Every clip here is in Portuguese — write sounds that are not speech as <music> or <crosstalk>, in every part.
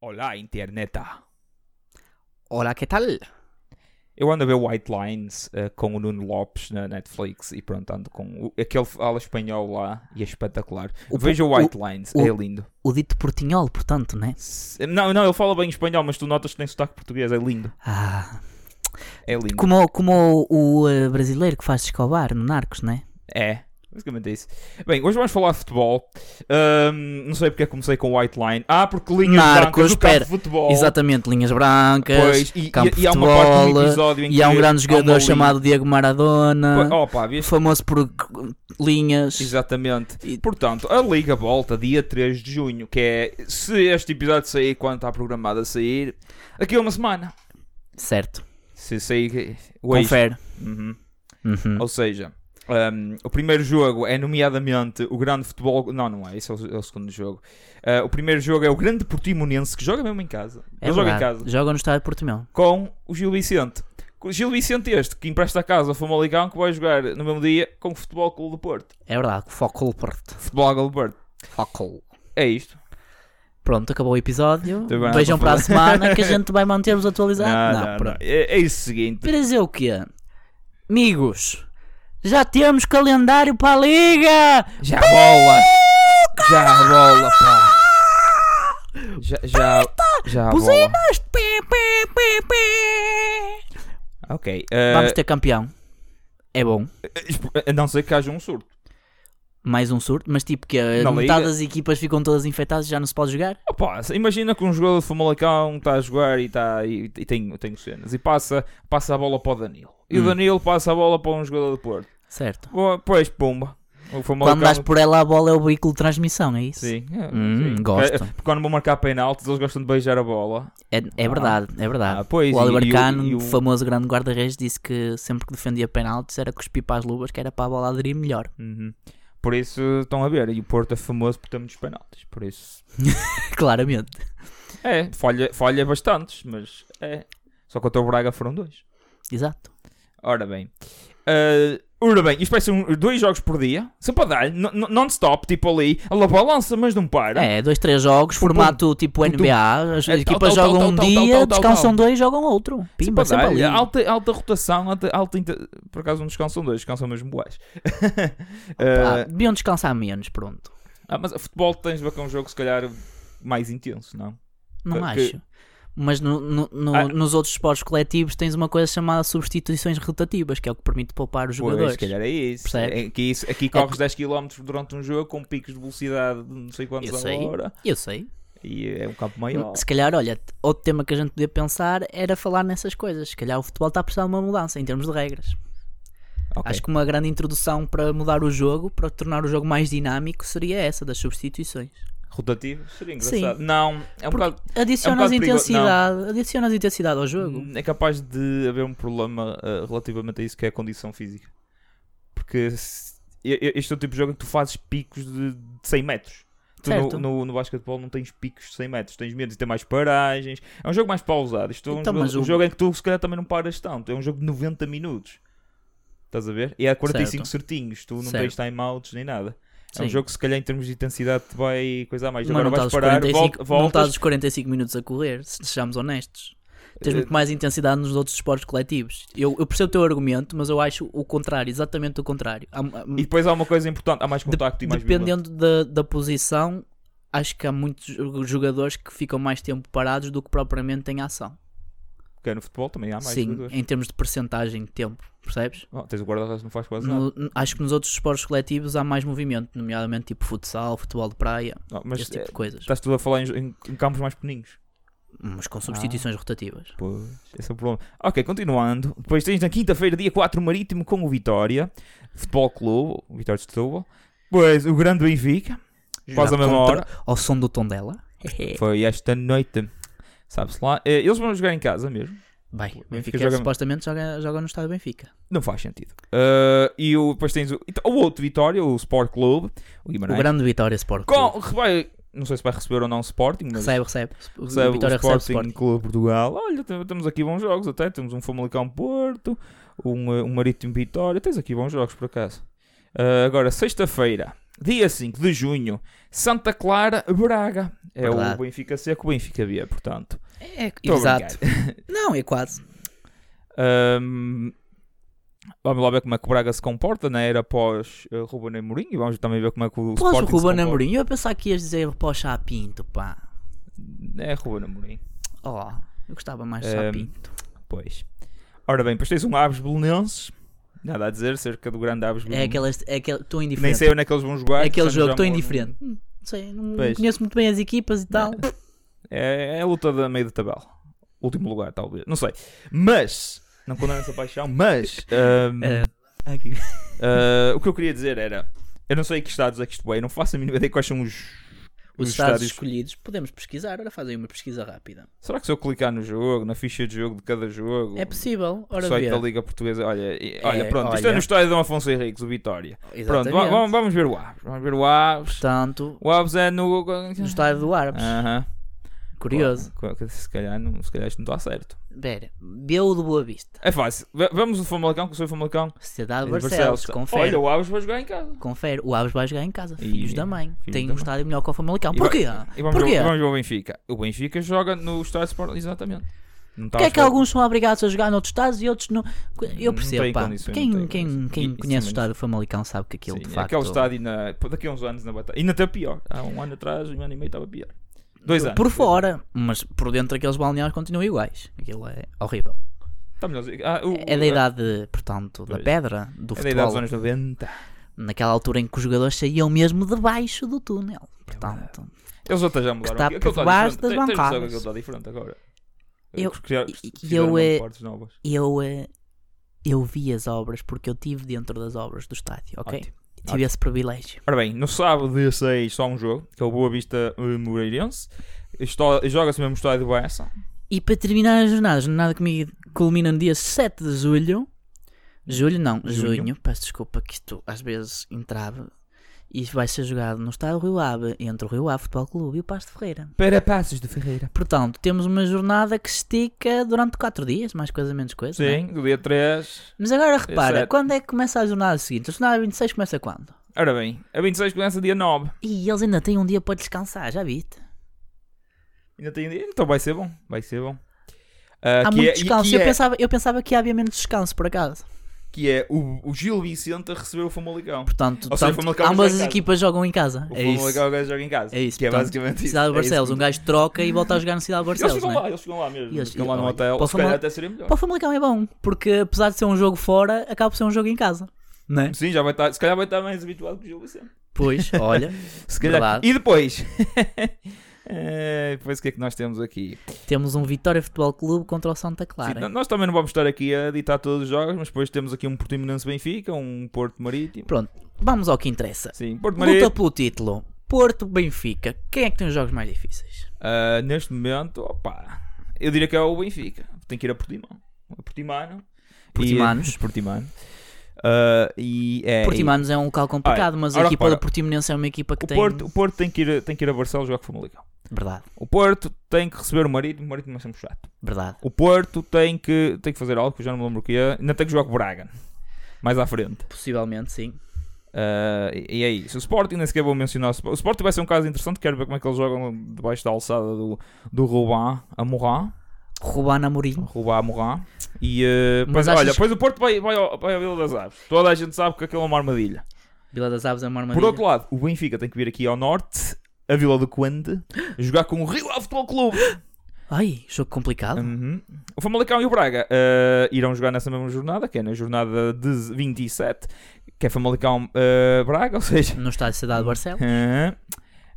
Olá, interneta! Olá, que tal? Eu ando a ver White Lines eh, com o Nuno Lopes na Netflix e pronto, ando com o- aquele fala espanhol lá e é espetacular. O- Veja o o- White Lines, o- é lindo. O dito portinhol, portanto, né? Se- Não, não, ele fala bem espanhol, mas tu notas que tem sotaque português, é lindo. Ah, É lindo. como, como o eh, brasileiro que faz Escobar no Narcos, né? É, basicamente é isso. Bem, hoje vamos falar de futebol. Ahm, não sei porque é que comecei com White Line. Ah, porque linhas Marcos, brancas do campo espera. de futebol. Exatamente, linhas brancas, Oh. Pois, e, campo e- de e há uma parte do futebol, episódio em que e há um grande uma jogador linha- chamado Diego Maradona, Pois, oh, Opa, viste? famoso por c- linhas. Exatamente. E- Portanto, a Liga volta dia 3 de junho, que é se este episódio sair quando está programado a sair, daqui a uma semana. Certo, Se sair hoje. confere. Uhum. Uhum. Ou seja, um, o primeiro jogo é nomeadamente o Grande Futebol. Não, não é, esse é o, é o segundo jogo. Uh, o primeiro jogo é o Grande Portimonense, que joga mesmo em casa. É Ele joga em verdade. casa. Joga no estádio de Portimão. Com o Gil Vicente. O Gil Vicente, este que empresta a casa ao Famalicão, que vai jogar no mesmo dia com o Futebol Clube do Porto. É verdade, Focal Porto. Futebol Clube do Porto. Focal. É isto. Pronto, acabou o episódio. Tá bem, Vejam vou para a fazer. semana <laughs> que a gente vai manter-vos atualizados. Não, não, pronto. não. É, é isso seguinte. Para dizer o quê? Amigos, já temos calendário para a Liga! Já bola! Já bola, pá! Já, já, já bola. Buzinas! Pé, pé, pé, pé. Ok. eh, Vamos ter campeão. É bom. esp- a não ser que haja um surto. Mais um surto, mas tipo que a Na metade Liga? das equipas ficam todas infectadas e já não se pode jogar? Opa, imagina que um jogador de Famalicão está a jogar e, está, e, e tem, tem cenas e passa, passa a bola para o Danilo. E Hum. o Danilo passa a bola para um jogador de Porto. Certo. Boa, Pois, pumba. O Famalicão. Quando dás por ela a bola é o veículo de transmissão, é isso? Sim, é, Hum, sim. gosto. Eh, Porque quando vão marcar penaltis, eles gostam de beijar a bola. É, é verdade, é verdade. Ah, pois, o Oliver e- e o- Kahn, e o- famoso grande guarda-redes, disse que sempre que defendia penaltis era cuspir para as luvas, que era para a bola aderir melhor. <laughs> Uhum. Por isso estão a ver. E o Porto é famoso por ter muitos penaltis. Por isso. Claramente. É, falha, falha bastantes, mas é. Só que o teu Braga foram dois. Exato. Ora bem. Ah, ora bem, isto vai ser um- dois jogos por dia. Só para dar, no- no- non-stop, tipo ali. A Lava lança, mas não para. É, dois, três jogos, formato tipo pum, NBA, as É, tal, equipas tal, jogam tal, um tal, tal, dia, tal, tal, descansam tal. é dois, jogam outro. Só Pimba, para sempre dar, ali. alta, alta rotação, alta, alta inter- por acaso não descansam dois, descansam mesmo boas. <laughs> eh, Pá, Ah, deviam descansar menos, pronto. ah, mas futebol tens de ver com um jogo se calhar mais intenso, não? Não que- acho. Mas no- no- no- Ah. nos outros esportes coletivos tens uma coisa chamada substituições rotativas, que é o que permite poupar os Pois, jogadores. se calhar é isso. Percebes? É que isso- aqui corres 10km durante um jogo com picos de velocidade de não sei Eu quantos a sei. hora Eu sei. e é um campo maior. Se calhar, olha, outro tema que a gente podia pensar era falar nessas coisas. Se calhar o futebol está a precisar de uma mudança em termos de regras. Ok. Acho que uma grande introdução para mudar o jogo, para tornar o jogo mais dinâmico, seria essa das substituições. Rotativo seria Sim. engraçado. Não, é um Porque- bocado. Adicionas perigo- intensidade, adicionas intensidade ao jogo. É capaz de haver um problema ah, relativamente a isso que é a condição física. Porque se- e- e- este é o tipo de jogo em que tu fazes picos de, de 100 metros. Tu no, Certo. no, no basquetebol não tens picos de 100 metros, tens medo de ter mais paragens. É um jogo mais pausado. Isto é um, Então, jogo, mas o- um jogo em que tu se calhar também não paras tanto. É um jogo de 90 minutos. Estás a ver? E há 45 certinhos. Tu não tens Certo. timeouts nem nada. É Sim. um jogo que se calhar em termos de intensidade te vai coisar mais. Mas não Agora estás vais os parar, 45 volta, não estás voltas. os 45 minutos a correr, se sejamos honestos. Tens Eh, muito mais intensidade nos outros esportes coletivos. Eu, eu percebo o teu argumento, mas eu acho o contrário, exatamente o contrário. Há- há- E depois há uma coisa importante. Há mais contacto e mais violência. Dependendo da, da posição, acho que há muitos jo- jogadores que ficam mais tempo parados do que propriamente em ação. Porque é no futebol também há mais Sim, jogadores. em termos de percentagem de tempo, percebes? Oh, tens o guarda-redes que não faz quase nada. No- n- acho que nos outros esportes coletivos há mais movimento, nomeadamente tipo futsal, futebol de praia, Oh, mas esse tipo eh, de coisas. estás tu a falar em, jo- em- em campos mais pequeninos. Mas Ah. com substituições rotativas. Pois, esse é o problema. Ok, continuando. Depois tens na quinta-feira, dia 4, o Marítimo com o Vitória. Futebol Clube, o Vitória de Setúbal. Pois, o grande Benfica. Quase a Jogar mesma contra- hora. Ao som do tom <laughs> dela. Foi esta noite. Sabe-se lá. Eh, Eles vão jogar em casa mesmo. Bem, Benfica Benfica joga- supostamente joga, joga no estado Benfica. Não faz sentido. Eh, e o, depois tens o, então, o outro Vitória, o Sport Clube. O O Guimarães. grande Vitória Sport Clube. Com, que vai- não sei se vai receber ou não o Sporting, mas Recebe, recebe. O recebe Vitória o recebe Sporting, Sporting. Clube de Portugal. Olha, tem- temos aqui bons jogos até. Temos um Famalicão Porto, um, eh, um Marítimo Vitória. Tens aqui bons jogos, por acaso. Ah, agora, Eh, sexta-feira, Dia 5 de junho, Santa Clara, Braga. É Verdade. o Benfica C com o Benfica B, portanto. É, Tô a exato. Não, é quase. Ahm, Ehm, vamos lá ver como é que o Braga se comporta na era pós eh, Ruben Amorim e vamos também ver como é que o Pós o Sporting se Ruben comporta. Amorim, eu ia pensar que ias dizer pós Chapinto, pá. É Ruben Amorim, Ó, eu gostava mais de Ehm, Chapinto. pois. Ora bem, depois tens um Aves Belenenses. Nada a dizer acerca do grande Aves É Belenenses. aquelas. É aquele, estou indiferente. Nem sei onde é que eles vão jogar. é aquele portanto, jogo, já estou não- indiferente. Hum, Não sei, não Pois. conheço muito bem as equipas e tal. <laughs> É, é a luta da meio da tabela. Último lugar, talvez. Não sei. Mas, não condeno essa paixão, <laughs> mas ahm, É. Aqui. ah, o que eu queria dizer era: eu não sei que estados é que isto é, eu não faço a mínima ideia quais são os, Os estados escolhidos, podemos pesquisar. Ora, fazem uma pesquisa rápida. Será que se eu clicar no jogo, na ficha de jogo de cada jogo, É possível, o ora site vê. da Liga Portuguesa? Olha, e- olha É, pronto, isto é olha. no estádio de Dom Afonso Henriques, o Vitória. Pronto, Exatamente. va- vamos, vamos ver o Aves. Vamos ver o Aves. Portanto, O Aves é no. no estádio do Árabes. Aham. Curioso. Se calhar, não, se calhar isto não está certo. Pera, Beu do Boa Vista. É fácil. V- vamos o Famalicão, que eu sou o Famalicão. Sociedade de Barcelos. Barcelos, confere. Olha, o Aves vai jogar em casa. Confere, o Aves vai jogar em casa, filhos E- da mãe. filhos Tem da um mãe. estádio melhor que o Famalicão. E vai- Ah, Porquê? E vamos, Porquê? Ver, vamos ver o Benfica. O Benfica joga no estádio Sport, exatamente. Não está Porquê é que a jogar- alguns são obrigados a jogar noutros estados e outros não? Eu Não percebo, tem pá. condições, não Quem, tem quem, condições. quem E- e conhece o sim, estádio do Famalicão sabe que aquilo Sim, é de facto. Aquele estádio na, daqui a uns anos não vai estar. Ainda está pior. Há um ano atrás, um ano e meio estava pior. Dois anos. é. por dois fora, mas por dentro aqueles balneários continuam iguais. Aquilo é horrível. anos. Está melhorzinho. Ah, o- É da idade, portanto, da Pois. pedra, do É da idade dos futebol. anos 90. Naquela altura em que os jogadores saíam mesmo debaixo do túnel. É Portanto, Eles até já mudaram. é Está aquilo. Aquilo por baixo diferente. Tem- das tens noção bancadas. que aquilo está diferente agora. Eu- Eles criaram- e- e fizeram eu, mesmo eh, partes novas. eu, eh, eu vi as obras porque eu estive dentro das obras do estádio, ok? Ótimo. Tive Ótimo. esse privilégio. Ora bem, no sábado dia 6 só um jogo, que é o Boa Vista eh, Moreirense. Esto- Joga-se mesmo no estádio do Baessa. E para terminar as jornadas, nada que me culmina no dia 7 de julho. Julho não, Junho. junho. Peço desculpa que isto às vezes entrava. E vai ser jogado no estádio Rio Ave, entre o Rio Ave Futebol Clube e o Passo de Ferreira. Para Passos de Ferreira. Portanto, temos uma jornada que estica durante 4 dias, mais coisa menos coisa. não é? Sim, do dia 3. Mas agora repara, Exato. quando é que começa a jornada seguinte? A jornada 26 começa quando? Ora bem, a 26 começa dia 9. E eles ainda têm um dia para descansar, já viste? Ainda tem dia? Então vai ser bom. Vai ser bom. Há que muito é, descanso. Que Eu, é, pensava, eu pensava que havia menos descanso, por acaso. que é o, o Gil Vicente a receber o Famalicão. Portanto, Ou seja, tanto- o Famalicão joga ambas em as casa. equipas jogam em casa. O é Famalicão isso. agora joga em casa. É isso, Que é portanto, basicamente isso. Cidade de É isso Barcelos. que- um gajo troca e volta a jogar na Cidade de Eles Barcelos, ficam não é? lá, eles ficam lá mesmo. Eles né? Eles ficam lá no ficam- hotel. Para o Se calhar Famali- até seria melhor. Para o Famalicão é bom, porque apesar de ser um jogo fora, acaba por ser um jogo em casa. Não é? Sim, já vai estar. Se calhar vai estar mais habituado que o assim. Gil Vicente. Pois, <laughs> olha, Se calhar. Verdade. E depois? <laughs> Eh, depois o que é que nós temos aqui? temos um Vitória Futebol Clube contra o Santa Sim, Clara. n- nós também não vamos estar aqui a ditar todos os jogos, mas depois temos aqui um Portimonense Benfica, um Porto Marítimo. Pronto, vamos ao que interessa. Sim, Porto Luta Marítimo. pelo título. Porto Benfica. Quem é que tem os jogos mais difíceis? Ah, neste momento, opa, eu diria que é o Benfica. Tem que ir a Portimão. A Portimano. E- <laughs> Portimanos. Portimano. Ah, e é, Portimanos é um local complicado, Olha, mas a ora equipa repara. do Portimonense é uma equipa que O tem. Porto, o Porto tem, que ir, tem que ir a Barcelos jogar com o Famalicão. Verdade, O Porto tem que receber o Marítimo, o Marítimo é sempre chato. verdade. O Porto tem que, tem que fazer algo que eu já não me lembro o que é. Ainda tem que jogar com o Braga. Mais à frente. Possivelmente, sim. Ah, e, e é isso. O Sporting nem sequer vou mencionar. o Spor- O Sporting vai ser um caso interessante. Quero ver como é que eles jogam debaixo da alçada do, do Ruban a Morin. Ruban Amorim. Ruban a Morin. E ah, Mas pois, achas olha, que- pois o Porto vai, vai, ao- vai à Vila das Aves. Toda a gente sabe que aquilo é uma armadilha. Vila das Aves é uma Por armadilha. outro lado, o Benfica tem que vir aqui ao norte, a Vila do Conde, jogar com o Rio Ave Futebol Clube. Ai, jogo complicado. Uhum. O Famalicão e o Braga eh, irão jogar nessa mesma jornada, que é na jornada de 27, que é Famalicão-Braga, <laughs> ou seja, No estádio Cidade de Barcelona. eh,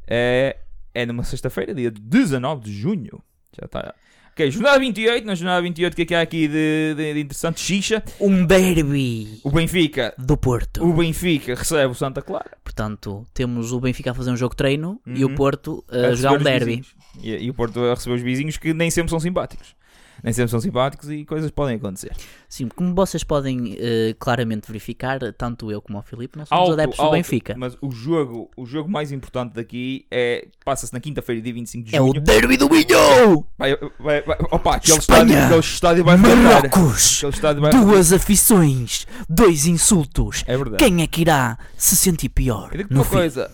é, é numa sexta-feira, dia 19 de junho. Já está. Ok, jornada 28, na jornada 28, o que é que há aqui de, de- de interessante? Xixa. Um derby O Benfica, do Porto. o Benfica recebe o Santa Clara. Portanto, temos o Benfica a fazer um jogo de treino e Uhum. o Porto a receber jogar um os derby. vizinhos. E, e o Porto a receber os vizinhos que nem sempre são simpáticos. nem sempre são simpáticos e coisas podem acontecer. Sim, como vocês podem eh, claramente verificar, tanto eu como o Filipe, nós somos Alto, adeptos do alto. Benfica. Mas o jogo, o jogo mais importante daqui é passa-se na quinta-feira, dia 25 de É o junho. Derby do Minho! Vai, vai, vai, opa, aquele Espanha! estádio, aquele estádio vai faltar. Marrocos! Aquele estádio vai Duas afições, dois insultos. É verdade. Quem é que irá se sentir pior? Eu digo-te no uma fim? coisa.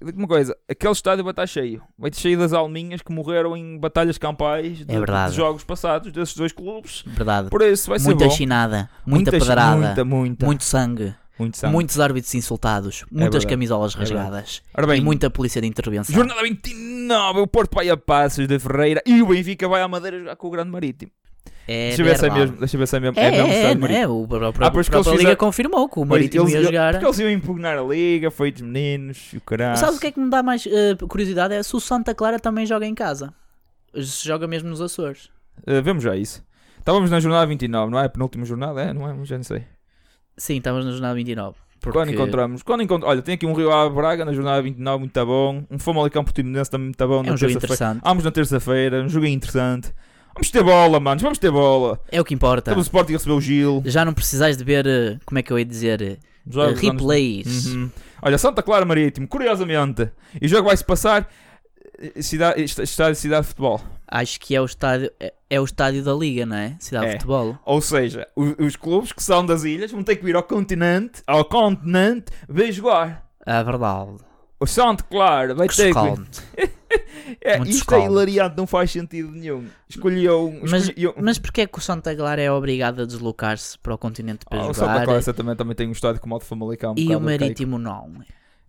eu digo-te uma coisa, aquele estádio vai estar cheio. Vai estar cheio das alminhas que morreram em batalhas campais de, É verdade. de jogos passados desses dois clubes. Verdade. Por isso vai ser Muita bom. chinada, muita, chi- pedrada, Muita, muita. muito sangue, muito sangue. muitos árbitros insultados, muitas verdade. camisolas É verdade. rasgadas Ora bem, e muita polícia de intervenção. jornada 29, o Porto vai a Passos de Ferreira e o Benfica vai à Madeira jogar com o Grande Marítimo. É deixa eu ver se é verdade. mesmo, deixa eu ver se é mesmo, É, é mesmo é, é, Grande Marítimo. né? O, a, Ah, por isso que própria eles Liga fizeram- confirmou que o Pois, Marítimo ia jogar. Porque eles iam impugnar a liga, foi de meninos, e o caralho. Sabes o que é que me dá mais eh, curiosidade? É se o Santa Clara também joga em casa. Se joga mesmo nos Açores. Uh, vemos já isso. Estávamos na jornada 29, não é? Penúltima jornada, é? Não é? Já não sei. Sim, estamos na jornada 29. Porque... Quando encontramos? Quando encontro... Olha, tem aqui um Rio Ave Braga na jornada 29, muito bom. Um Famalicão Portimonense também muito bom. É na um jogo terça-feira. interessante. Vamos na terça-feira, um jogo interessante. Vamos ter bola, manos, vamos ter bola. É o que importa. Temos o Sporting a receber o Gil. Já não precisais de ver, eh, como é que eu ia dizer, eh, Jogos dos anos- replays. Uhum. Olha, Santa Clara Marítimo, curiosamente. E o jogo vai-se passar... eh, Cidade, est- estádio de cidade de futebol. Acho que é o estádio, é, é o estádio da Liga, não é? Cidade É. de Futebol. Ou seja, o- os clubes que são das ilhas vão ter que vir ao continente, ao continente, ver jogar. É verdade. O Santa Clara vai Que ter que. escalante. É, Muito isto é escalante. hilariante, não faz sentido nenhum. Escolheu um. Mas- escolheu um- Mas porquê é que o Santa Clara é obrigado a deslocar-se para o continente para Ah, o Santa jogar Clara certamente também tem um estádio como o de Famalicão. Um é e o bocado Marítimo não? arcaico.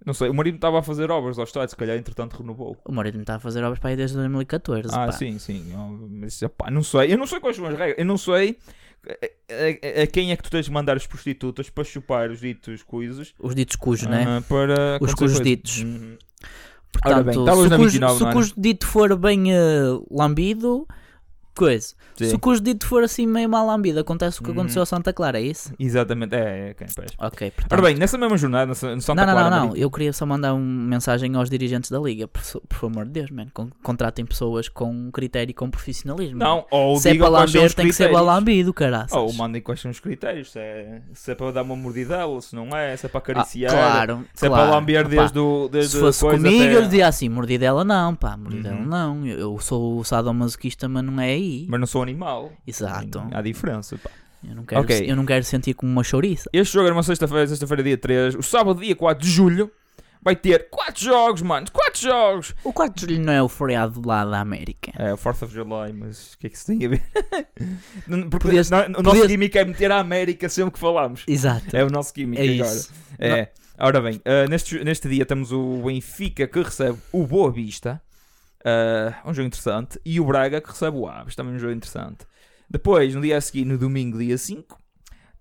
Não sei, o Marítimo estava a fazer obras ao estádio, se calhar entretanto renovou. O Marítimo está a fazer obras para aí desde 2014. Ah, pá. sim, sim. Oh, Mas, opá, não sei. Eu não sei quais são as regras. Eu não sei eh, a, a- a quem é que tu tens de mandar as prostitutas para chupar os ditos coisas. Os ditos cujos, não é? ah, para acontecer cujos coisas. ditos. Uhum. Ora bem, tá estavas Portanto, se na o cujo- 29, se não é? o era? cujo dito for bem eh, lambido, coisa. Se Sim, o cujo dito for assim meio mal lambido, acontece o que Hum. aconteceu ao Santa Clara, é isso? Exatamente. É, é, ok, pois. Ok, Ora portanto. bem, nessa mesma jornada, nessa- no Santa Ah. não, Clara. não, não, não. Marítimo- Eu queria só mandar uma mensagem aos dirigentes da Liga. Por, so- por amor de Deus, man. Con- contratem pessoas com critério e com profissionalismo. Não, ou se é digam para quais são os lamber, tem que ser para critérios. Oh, lambido, caraças. Ou mandem quais são os critérios, se é, se é para dar uma mordidela, se não é, se é para Ah, acariciar, claro, se é claro. para lamber Opa, desde, o, desde Se fosse a coisa comigo, eu até... dizia assim: mordidela não, pá, mordidela Uhum. não. Eu- Eu sou o sadomasoquista, mas não é aí. Mas não sou animal. Exato. Há diferença. pá. Eu não, quero, Ok. eu não quero sentir como uma chouriça. Este jogo era uma sexta-feira, sexta-feira dia 3. O sábado dia 4 de julho vai ter 4 jogos, mano. 4 jogos! O 4 de julho não é o feriado lá da América. É, o 4 of July, mas o que é que isso tem a ver? <laughs> Não- Porque Podias- não- o nosso podias- gimmick é meter a América sempre que falamos. Exato. É o nosso gimmick É agora. isso. É. Ora bem, ah, neste, neste dia temos o Benfica que recebe o Boa Vista, ah, um jogo interessante, e o Braga que recebe o Aves, também um jogo interessante. Depois, no dia a seguir, no domingo, dia 5,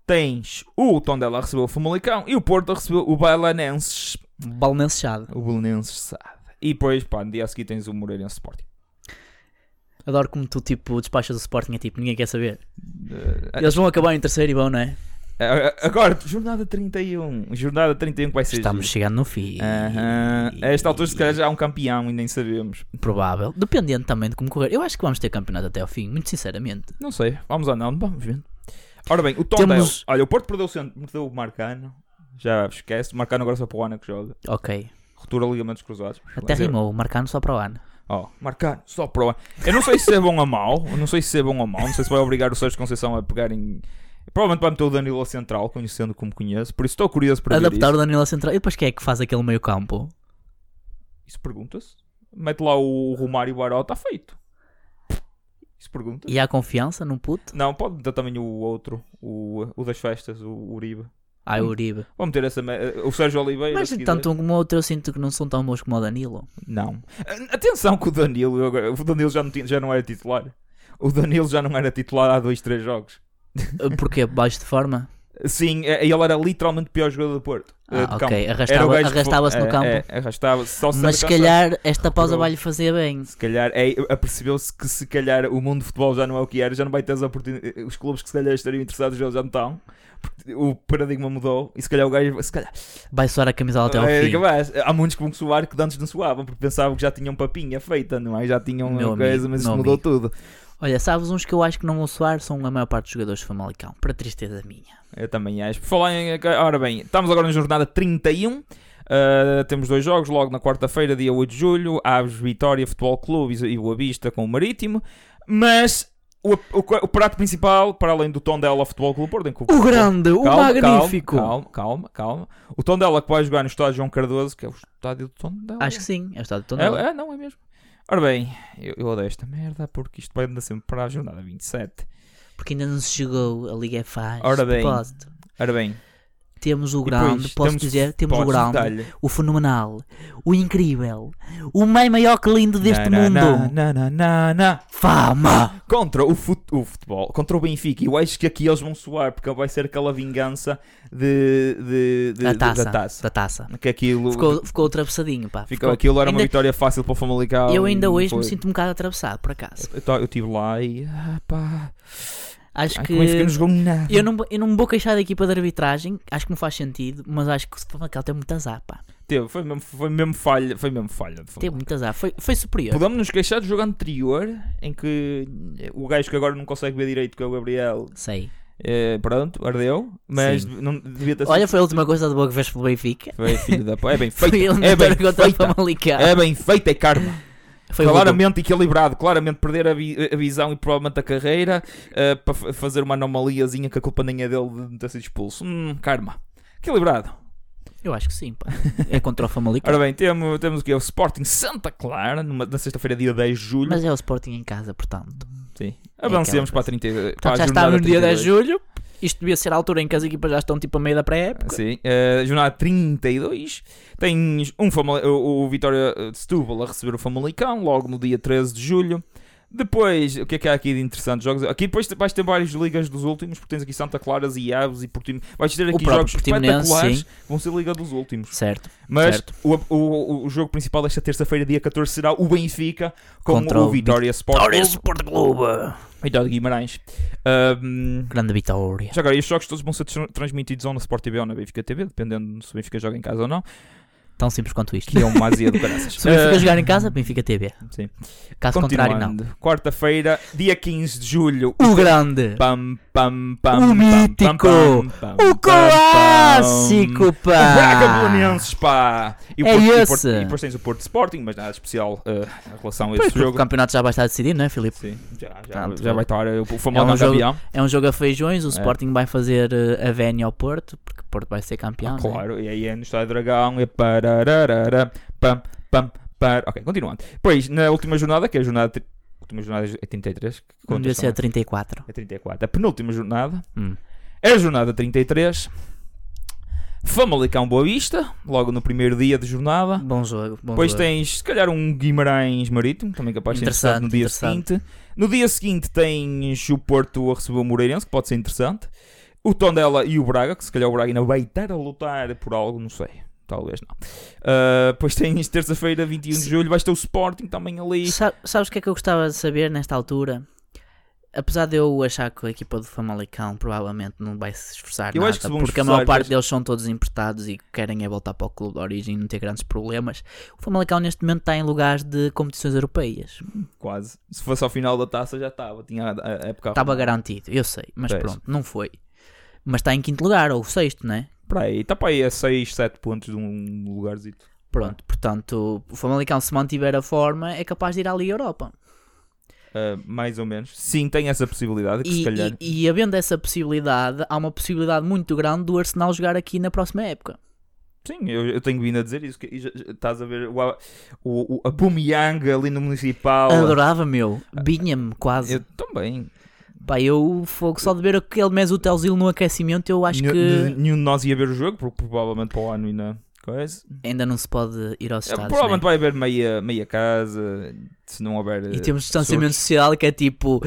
tens o Tondela a receber o Famalicão e o Porto a receber o Bailanenses. Balnense chado. O Belenenses sabe. E depois, pá, no dia a seguir tens o Moreirense Sporting. Adoro como tu, tipo, despachas o Sporting, é tipo, ninguém quer saber. Ah, Eles vão acabar em terceiro e vão, não é? ah, ah, agora, jornada 31. Jornada 31 que vai ser. Estamos giro. chegando no fim. Aham. A esta altura, se calhar, já há um campeão e nem sabemos. Provável. Dependendo também de como correr. Eu acho que vamos ter campeonato até ao fim, muito sinceramente. Não sei, vamos ou não, vamos vendo. Ora bem, o Tondela. Temos- Olha, o Porto perdeu o, centro, perdeu o Marcano. Já esquece. O Marcano agora só para o ano que joga. Ok. Retura ligamentos cruzados. Até Lazer. rimou, marcando só para o ano. Ó, Marcano, só para o ano. Eu não sei se é bom ou mau. Eu não sei se é bom ou mau. Não sei se vai obrigar o Sérgio Conceição a pegar em. Provavelmente vai meter o Danilo ao central, conhecendo como conheço. Por isso estou curioso para ver Adaptar isso. o Danilo à central. E depois quem é que faz aquele meio campo? Isso pergunta-se. Mete lá o Romário e o Baró, está feito. Isso pergunta. E há confiança num puto? Não, pode meter também o outro, o, o das festas, o Uribe. Ai, o Uribe. Vamos ter essa. me- eh, O Sérgio Oliveira. Mas se quiser. tanto um como o outro eu sinto que não são tão bons como <laughs> o Danilo. Não. A- Atenção que o Danilo. eu agora- O Danilo já não, tinha- já não era titular. O Danilo já não era titular há dois, três jogos. Porque baixo de forma. Sim, é- ele era literalmente o pior jogador do Porto. eh, Ah, do campo. ok. Era o Arrastava- gajo que Arrastava-se foi- no campo. É, é, arrastava-se. Só se Mas se arrastava- calhar esta pausa Pronto. vai lhe fazer bem. Se calhar é, apercebeu-se que se calhar o mundo de futebol já não é o que era, já não vai ter as oportunidades. Os clubes que se calhar estariam interessados eles já não estão. Porque o paradigma mudou e se calhar o gajo. Se calhar, Vai suar a camisola até ao É, fim. capaz. Há muitos que vão soar que de antes não soavam porque pensavam que já tinham papinha feita, não é? Já tinham Meu coisa, amigo, mas isso meu mudou tudo. Olha, sabes uns que eu acho que não vão soar são a maior parte dos jogadores do Famalicão, para tristeza minha. Eu também acho. Por falar em. Ora bem, estamos agora na jornada 31. Uh, temos dois jogos logo na quarta-feira, dia 8 de julho. Aves Vitória Futebol Clube e Boa Vista com o Marítimo. Mas o, o, o prato principal, para além do Tondela Futebol Clube Porto, em que O grande, o magnífico. Calma, calma, calma. O Tondela que vai jogar no estádio João Cardoso, que é o estádio do Tondela. Acho que sim, é o estado de Tondela. É, é, não, é mesmo. Ora bem, eu, eu odeio esta merda porque isto vai andar sempre para a jornada 27. Porque ainda não se chegou a Liga faz. Ora bem. Propósito. Ora bem, Temos o e depois grande, posso temos- dizer, temos o podes, grande, detalhe. o fenomenal, o incrível, o mais maior que lindo deste Na, na, mundo. na, na, na, na. Fama! Contra o, fut- o futebol, contra o Benfica. E eu acho que aqui eles vão soar porque vai ser aquela vingança de, de- de- Da de- taça. da taça. Da taça. Que aquilo, Ficou, ficou atravessadinho, pá. ficou- aquilo era uma ainda- vitória fácil para o Famalicão. Eu ainda e hoje me foi- sinto assim. um bocado atravessado, por acaso. Eu, tá- eu estive lá e. Ah, pá. Acho Ai, que. é que o Benfica não jogou nada. Eu não, eu não me vou queixar da equipa de arbitragem, acho que não faz sentido, mas acho que o Famalicão tem muita azar, pá. Teve, foi, mesmo, foi mesmo falha. Foi mesmo falha. de Tem Famalicão. muita azar. Foi, foi superior. Podemos nos queixar do jogo anterior em que eh, o gajo que agora não consegue ver direito, que é o Gabriel, Sei. eh, pronto, ardeu, mas Sim. não devia ter sido Olha, foi a última coisa de boa que fez pelo Benfica. Foi filho da p- É bem <laughs> Foi ele feita. É meter bem contra o feita. Famalicão. É bem feita, é karma. Foi o Rodolfo. claramente equilibrado. Claramente perder a, vi- a visão e provavelmente a carreira eh, para fa- fazer uma anomaliazinha que a culpa nem é dele de não ter sido expulso. Hum, karma. Equilibrado. Eu acho que sim, pá. É contra o Famalicão. Ora bem, temos, temos o que? O Sporting Santa Clara, numa- na sexta-feira, dia 10 de <laughs> julho. Mas é o Sporting em casa, portanto. Sim. Avancemos aquela para a 30. para a Portanto, já está jornada no dia 32. 10 de julho. Isto devia ser a altura em que as equipas já estão tipo a meio da pré-época. Sim, eh, jornada 32. Tens um Famali- o, o Vitória eh, de Setúbal a receber o Famalicão logo no dia 13 de julho. Depois, o que é que há aqui de interessante? Jogos... Aqui depois te- vais ter várias ligas dos últimos, porque tens aqui Santa Claras e Aves e Portimonense. Vais ter aqui próprio jogos Portimonense, espetaculares sim. que vão ser liga dos últimos. Certo. Mas Certo. o, o, o jogo principal desta terça-feira, dia 14, será o Benfica com Contra o o Vitória Sport Vitória Clube. Sport Clube. Vitória de Guimarães. Ahm, Grande vitória. já agora, estes jogos todos vão ser tr- transmitidos ou na Sport TV ou na Benfica TV, dependendo se o Benfica joga em casa ou não, Tão simples quanto isto. que é <laughs> uma azia do caraças. Se o Benfica Eh, jogar em casa, Benfica TV. sim. Caso contrário, não. Continuando. Quarta-feira, dia 15 de julho. O grande. Pam, pam, pam, O pam, mítico. pam, pam, pam, O pam, pam. clássico, O Braga pá! Belenenses, pá! E o É Porto- e o esse. Porto- E depois tens o Porto Sporting, mas nada especial eh, em relação a Pois, esse porque o jogo. campeonato já vai estar decidido, não é, Filipe? Sim, já, já, Portanto, já vai estar eh, o é um famoso jogo- campeão. É um jogo a feijões, o É. Sporting vai fazer eh, a vénia ao Porto, porque o Porto vai ser campeão. Ah, né? claro, e aí é no Estádio Dragão, é parararara, pam, pam, par. Ok, continuando. Pois, na última jornada, que é a jornada. tri- Última jornada é 33, que Não conta devia ser só, a 34. é 34. A penúltima jornada Hum. é a jornada 33. Famalicão Boa Vista, logo no primeiro dia de jornada. Ah, Bom jogo, bom Depois jogo. tens, se calhar, um Guimarães Marítimo, também capaz de ser interessante no dia Interessante, seguinte. No dia seguinte tens o Porto a receber o Moreirense, que pode ser interessante. O Tondela e o Braga, que se calhar o Braga ainda vai estar a lutar por algo, não sei. Talvez não. Ah, depois tens terça-feira, 21 de Se- julho, vais ter o Sporting também ali. Sa- sabes o que é que eu gostava de saber nesta altura? Apesar de eu achar que a equipa do Famalicão provavelmente não vai se esforçar Eu nada, acho que se vão porque a maior esforçar, parte mas- deles são todos emprestados e querem é voltar para o clube de origem e não ter grandes problemas. O Famalicão neste momento está em lugares de competições europeias. Quase. Se fosse ao final da taça já estava. Tinha a, a época. Estava garantido, eu sei, mas Pois. pronto, não foi. Mas está em quinto lugar, ou sexto, né? Para aí. Está para aí a 6, 7 pontos de um lugarzito. Pronto, portanto, o Famalicão se mantiver a forma é capaz de ir à Liga Europa. Ah, mais ou menos. Sim, tem essa possibilidade. Que se E, calhar. e, e havendo essa possibilidade, há uma possibilidade muito grande do Arsenal jogar aqui na próxima época. Sim, eu, eu tenho vindo a dizer isso. Que, e já- já estás a ver o, a- o, o a Bumiang ali no Municipal. Adorava, meu. Vinha-me quase. Ah, Eu também. Pá, eu fogo só de ver aquele Mesutelzil no aquecimento, eu acho Nenhum- que Nenhum de nós ia ver o jogo, porque provavelmente para o ano ainda. Coisa. ainda não se pode ir aos É, Estados. provavelmente né? vai haver meia, meia casa, se não houver. E temos distanciamento social que é tipo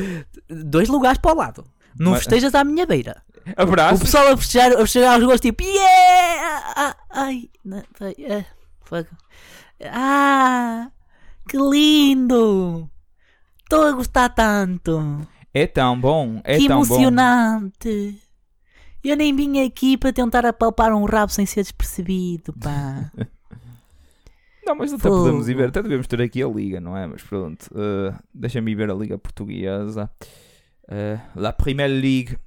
dois lugares para o lado. Não Mas- festejas à minha beira. O eh, Abraço. pessoal a festejar, a festejar aos gols tipo Yeah! Ah, Ai, não, foi, ah, fogo. Ah, que lindo! Estou a gostar tanto. É tão bom. É que tão bom. emocionante! Eu <laughs> nem vim aqui para tentar apalpar um rabo sem ser despercebido, pá. Não, mas até Fogo. podemos ir ver, até devemos ter aqui a liga, não é? Mas pronto, eh, deixa-me ir ver a liga portuguesa. Eh, La Primeira Liga.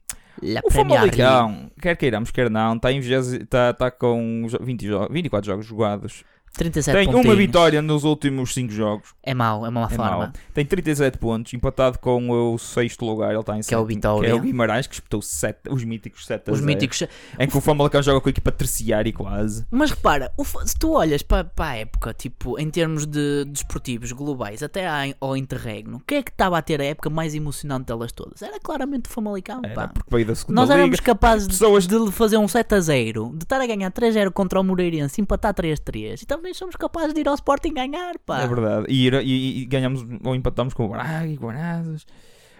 La O Premier League. Famalicão, quer queiramos, quer não, está, em 20, está, está tá, com jo- 20 jo- 24 jogos jogados. 37 Tem uma É pontinhos. vitória nos últimos 5 jogos. É mau, é uma má É forma. mau. Tem 37 pontos, empatado com o sexto lugar. Ele está em Que é o sétimo, Vitória. Que é o Guimarães, que espetou sete- os míticos 7 a Os 0, míticos. Em que o Famalicão joga um com a equipa terciária quase. Mas repara, o fa- se tu olhas para, a época, tipo, em termos de desportivos globais, até à- ao interregno, o que é que estava a ter a época mais emocionante delas todas? Era claramente o Famalicão, Era, pá. porque veio da segunda Nós liga. éramos capazes de, <laughs> Pessoas de fazer um 7 a 0, de estar a ganhar 3 a 0 contra o Moreirense, empatar 3 a 3, e talvez somos capazes de ir ao Sporting ganhar, pá. É verdade. E, ir- e- e ganhamos ou empatamos com o Braga e Guarazes.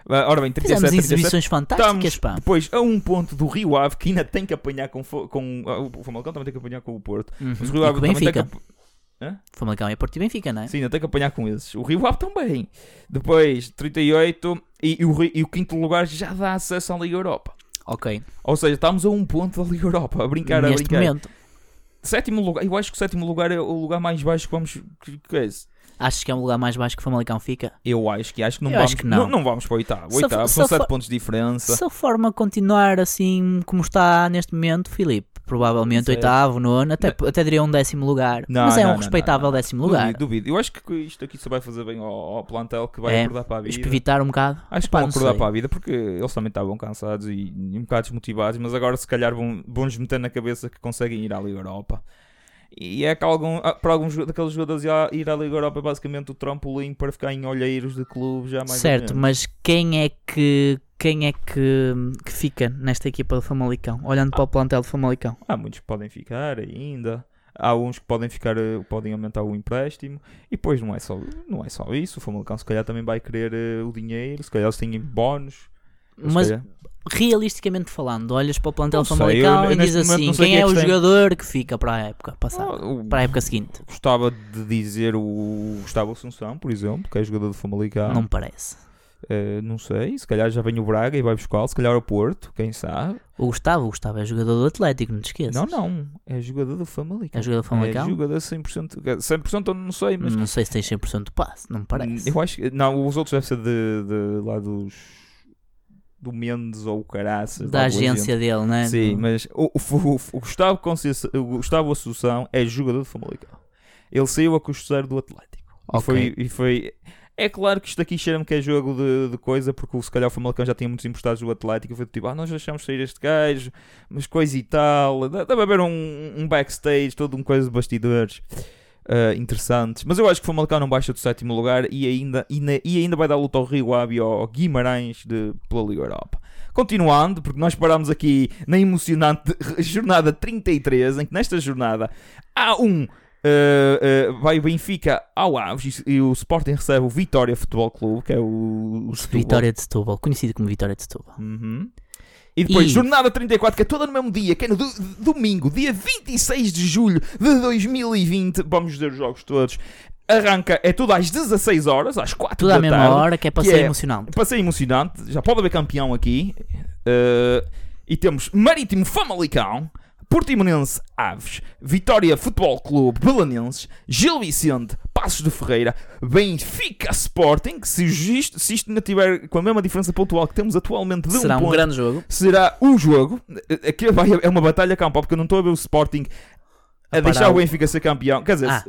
Ah, Ora bem, 37, Fizemos 37. exibições fantásticas, Estamos pá. depois a um ponto do Rio Ave que ainda tem que apanhar com, fo- com ah, o Famalicão também tem que apanhar com o Porto. Uhum. Mas o E Rio com Ave o também tem que, Benfica. ap- Famalicão é Porto e Benfica, não é? sim, ainda tem que apanhar com esses. O Rio Ave também. Depois 38 e, e o, Ri- e o quinto lugar já dá acesso à Liga Europa. Ok. Ou seja, estamos a um ponto da Liga Europa a brincar, a Neste brincar. momento, Sétimo lugar, eu acho que o sétimo lugar é o lugar mais baixo que vamos. Que, que é esse? achas que é um lugar mais baixo que o Famalicão fica? Eu acho que acho que não Eu vamos. acho que não. vamos para o oitavo. O Se oitavo for- são se for- sete pontos de diferença. Se a forma continuar assim como está neste momento, Filipe, provavelmente Pois é. oitavo, nono, até, até diria um décimo lugar. Não, mas é não, um não, respeitável não, décimo lugar. Duvido, duvido. Eu acho que isto aqui só vai fazer bem ao, ao plantel que vai É. acordar para a vida. Espivitar um bocado. Acho que Epá, vão não acordar sei. para a vida porque eles também estavam cansados e um bocado desmotivados, mas agora se calhar vão, vão-lhes meter na cabeça que conseguem ir à Liga Europa. E é que algum, ah, para alguns jo- daqueles jogadores ir à- ir à Liga Europa é basicamente o trampolim para ficar em olheiros de clubes já mais ou Certo, menos. mas quem é que quem é que, que fica nesta equipa do Famalicão? Olhando para o plantel do Famalicão. Há muitos que podem ficar ainda. Há uns que podem ficar, eh, podem aumentar o empréstimo. E depois não é só, não é só isso. O Famalicão se calhar também vai querer eh, o dinheiro, se calhar eles têm bónus. se Mas calhar- realisticamente falando, olhas para o plantel Não do sei, Famalicão eu- e neste diz momento assim: não sei quem quem é é que o tem. jogador que fica para a época passada? Ah, o- Para a época seguinte? Gostava de dizer o Gustavo Assunção, por exemplo, que é jogador do Famalicão. Não me parece. Eh, não sei, se calhar já vem o Braga e vai buscá-lo, se calhar o Porto, quem sabe. O Gustavo, o Gustavo é jogador do Atlético, não te esqueças. Não, não, é jogador do Famalicão. É jogador do Famalicão? É jogador 100%, 100% eu não sei, mas Não sei se tem 100% de passe, não me parece. Eu acho que. Não, os outros devem ser de, de lá dos. Do Mendes ou o Caraças. da lá do agência dele, né? agente. é Sim, Do- mas o, o- o Gustavo Conceição, o Gustavo Assunção é jogador de Famalicão. Ele saiu a custar do Atlético. E Ok. foi- E foi. É claro que isto aqui cheira-me que é jogo de, de coisa, porque se calhar o Famalicão já tinha muitos emprestados do Atlético. e Foi tipo, ah, nós deixamos sair este gajo, mas coisa e tal. Dá- Deve haver um, um backstage, todo um coisa de bastidores ah, interessantes. Mas eu acho que o Famalicão não baixa do sétimo lugar e ainda, e na- e ainda vai dar luta ao Rio Ave e ao Guimarães de, pela Liga Europa. Continuando, porque nós parámos aqui na emocionante jornada 33, em que nesta jornada há um. ah, ah, vai o Benfica ao Aves e, e o Sporting recebe o Vitória Futebol Clube, que é o, o Setúbal. Vitória de Setúbal, conhecido como Vitória de Setúbal. Uhum. E depois, E- jornada 34, que é toda no mesmo dia, que é no do- domingo, dia 26 de julho de 2020. Vamos dizer os jogos todos. Arranca, é tudo às 16 horas, às 4 Tudo da à mesma tarde. hora, que é para que ser é- emocionante. Passei emocionante, já pode haver campeão aqui. Uh, e temos Marítimo Famalicão, Portimonense Aves, Vitória Futebol Clube Belenenses, Gil Vicente, Passos de Ferreira, Benfica Sporting. Se isto, se isto ainda tiver com a mesma diferença pontual que temos atualmente de Será um um ponto, <laughs> grande jogo. será o jogo. Aqui vai- é uma batalha campo, porque eu não estou a ver o Sporting a, A deixar parar o o- Benfica ser campeão. Quer dizer, Ah.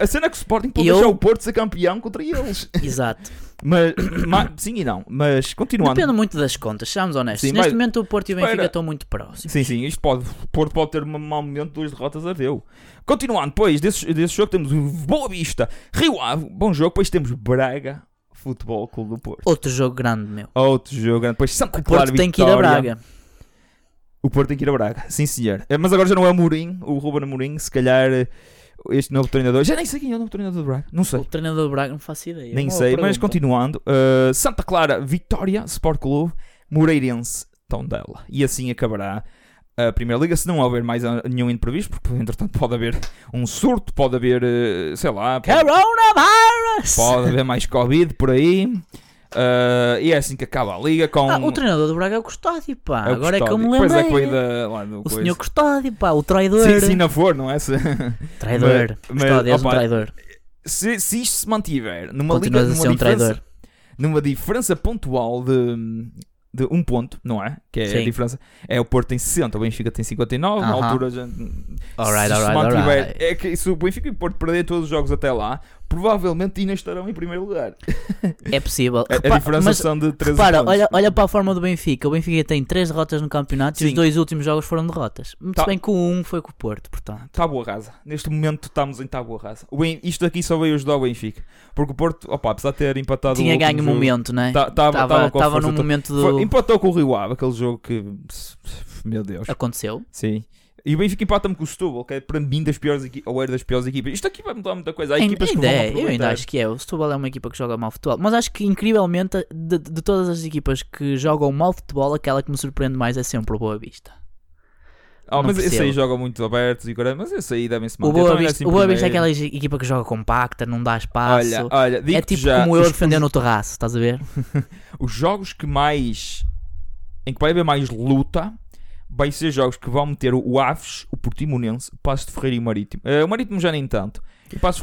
a cena é que o Sporting pode Eu- deixar o Porto ser campeão contra eles. Exato. Mas, <coughs> ma- sim e não, mas continuando. Depende muito das contas, sejamos honestos. Sim, Neste mas- momento o Porto e o Espera. Benfica estão muito próximos. Sim, sim, isto pode. o Porto pode ter um mau momento, duas derrotas ardeu. Continuando, depois desse, desse jogo temos o Boa Vista, Rio Ave, bom jogo, depois temos Braga, Futebol Clube do Porto. Outro jogo grande, meu. Outro jogo grande, depois Santa O Porto Clara tem que ir a Vitória. Braga. O Porto tem que ir a Braga, sim senhor. Eh, Mas agora já não é o Mourinho, o Ruben Mourinho, se calhar eh, este novo treinador. Já nem sei quem é o novo treinador do Braga, não sei. O treinador do Braga não faço ideia. Nem Uma sei, mas pergunta. continuando. uh, Santa Clara, Vitória, Sport Clube, Moreirense, Tondela. E assim acabará a Primeira Liga, se não houver mais ah, nenhum imprevisto, porque <laughs> entretanto pode haver um surto, pode haver, eh, sei lá, pode, Coronavirus! pode haver mais Covid por aí. Ah, e é assim que acaba a liga com Ah, o treinador do Braga é o Custódio, pá. é o Agora é que eu me Custódio. lembro. Pois é, que foi da, lá do O coisa. senhor Custódio, pá, o traidor. Sim, sim, não for, não é? Se, Traidor. Mas- mas, Custódio, és um opa, traidor. se, se isto se mantiver numa liga, Continuas a numa ser um diferença- traidor. numa diferença pontual de, de um ponto, não é? Que é a Sim. diferença. É o Porto tem 60, o Benfica tem 59, na Aham. altura já. Alright, se se alright, mantiver- alright. É que se o Benfica e o Porto perder todos os jogos até lá, provavelmente ainda estarão em primeiro lugar. É possível. A- Repa- a diferença mas são de 13 repara, pontos. olha, olha para a forma do Benfica. O Benfica tem 3 derrotas no campeonato e os Sim. dois últimos jogos foram derrotas. Muito Tá. bem que o 1 foi com o Porto, portanto. Tábua rasa. Neste momento estamos em tábua rasa. O Ben- Isto aqui só veio ajudar o Benfica. Porque o Porto, opa, apesar de ter empatado Tinha o último ganho o jogo, momento, não é? tá- tava- tava com a Estava força num to- momento do. foi- Empatou com o Rio Ave, aquele jogo que. Meu Deus. Aconteceu. Sim. E o Benfica empata-me com o Setúbal, que é para mim das piores equi- ou era das piores equipas. Isto aqui vai mudar muita coisa. Há Ainda- equipas que ainda vão é, eu ainda aproveitar. acho que é. O Setúbal é uma equipa que joga mal futebol. Mas acho que, incrivelmente, de, de todas as equipas que jogam mal futebol, aquela que me surpreende mais é sempre o Boa Vista. Ah, não mas esse aí percebo. jogam muito abertos e caralho, mas esse aí devem-se O manter. Boa, Também é Vista, assim o Boa Vista é primeiro. aquela equipa que joga compacta, não dá espaço. Olha, olha, digo é tipo já, como eu os, defender no terraço, estás a ver? os jogos que mais. em que vai haver mais luta, vai ser jogos que vão meter o Aves, o Portimonense, o Passo de Ferreira e o Marítimo. Eh, o Marítimo já nem tanto. E o Passo de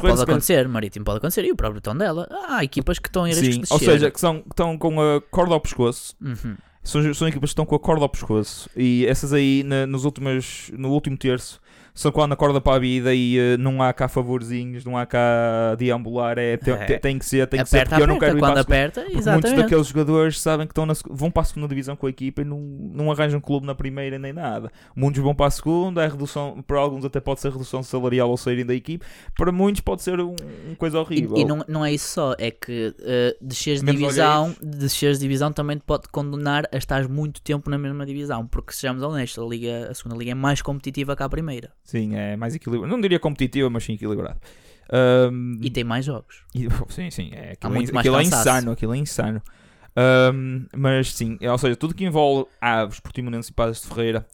Ferreira se Pode calhar- acontecer, marítimo pode acontecer. E o próprio tom dela. Ah, Há equipas que estão em risco Sim, de descer. ou seja, que, são, que estão com a corda ao pescoço. Uhum. São, são equipas que estão com a corda ao pescoço. E essas aí, na- nos últimas, no último terço, são quando a corda para a vida e eh, não há cá favorzinhos, não há cá deambular. É, te- É. te- tem que ser, tem que ser. aperta, Porque eu não aperta, quero ir para a quando segunda- aperta, porque muitos exatamente. daqueles é jogadores sabem que estão na, seg- vão para a segunda divisão com a equipa e não, não arranjam clube na primeira nem nada. Muitos vão para a segunda, é redução, para alguns até pode ser redução salarial ao saírem da equipe, para muitos pode ser um- uma coisa E, horrível. e não, não é isso só, é que uh, desceres de Menos divisão, desceres de divisão também te pode condenar a estar muito tempo na mesma divisão, porque sejamos honestos, a, liga, a segunda liga é mais competitiva que a primeira Sim, é mais equilibrado. Não diria competitiva, mas sim equilibrado. Ahm, e tem mais jogos. E- <laughs> sim, sim. É, aquilo muito é, mais aquilo é cansaço. insano, aquilo é insano. Ahm, mas sim, é, ou seja, tudo que envolve Aves, Portimonense e Pazes de Ferreira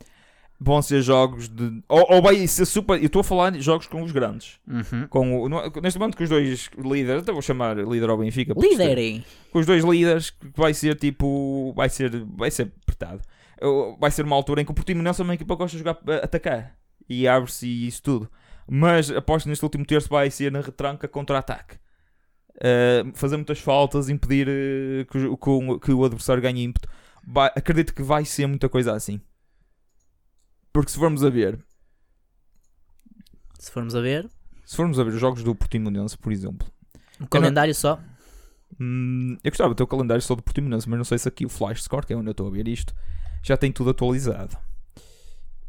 vão ser jogos de. Ou, ou vai ser super. Eu estou a falar de jogos com os grandes. Uhum. Com o- não- é, neste momento, com os dois líderes, até vou chamar líder ao Benfica. porque isto- é Liderem! Com os dois líderes, que vai ser tipo. Vai ser, vai ser apertado. Eu- Vai ser uma altura em que o Portimonense é uma equipa que gosta de jogar a- atacar e abre-se e isso tudo. Mas aposto que neste último terço vai ser na retranca contra-ataque. Uh, fazer muitas faltas, impedir uh, que, o- que o- que o adversário ganhe ímpeto. Vai- acredito que vai ser muita coisa assim. Porque se formos a ver, Se formos a ver, se formos a ver os jogos do Portimonense, por exemplo, um calendário só. Hum, eu gostava de ter o calendário só do Portimonense, mas não sei se aqui o Flash Score, que é onde eu estou a ver isto, já tem tudo atualizado.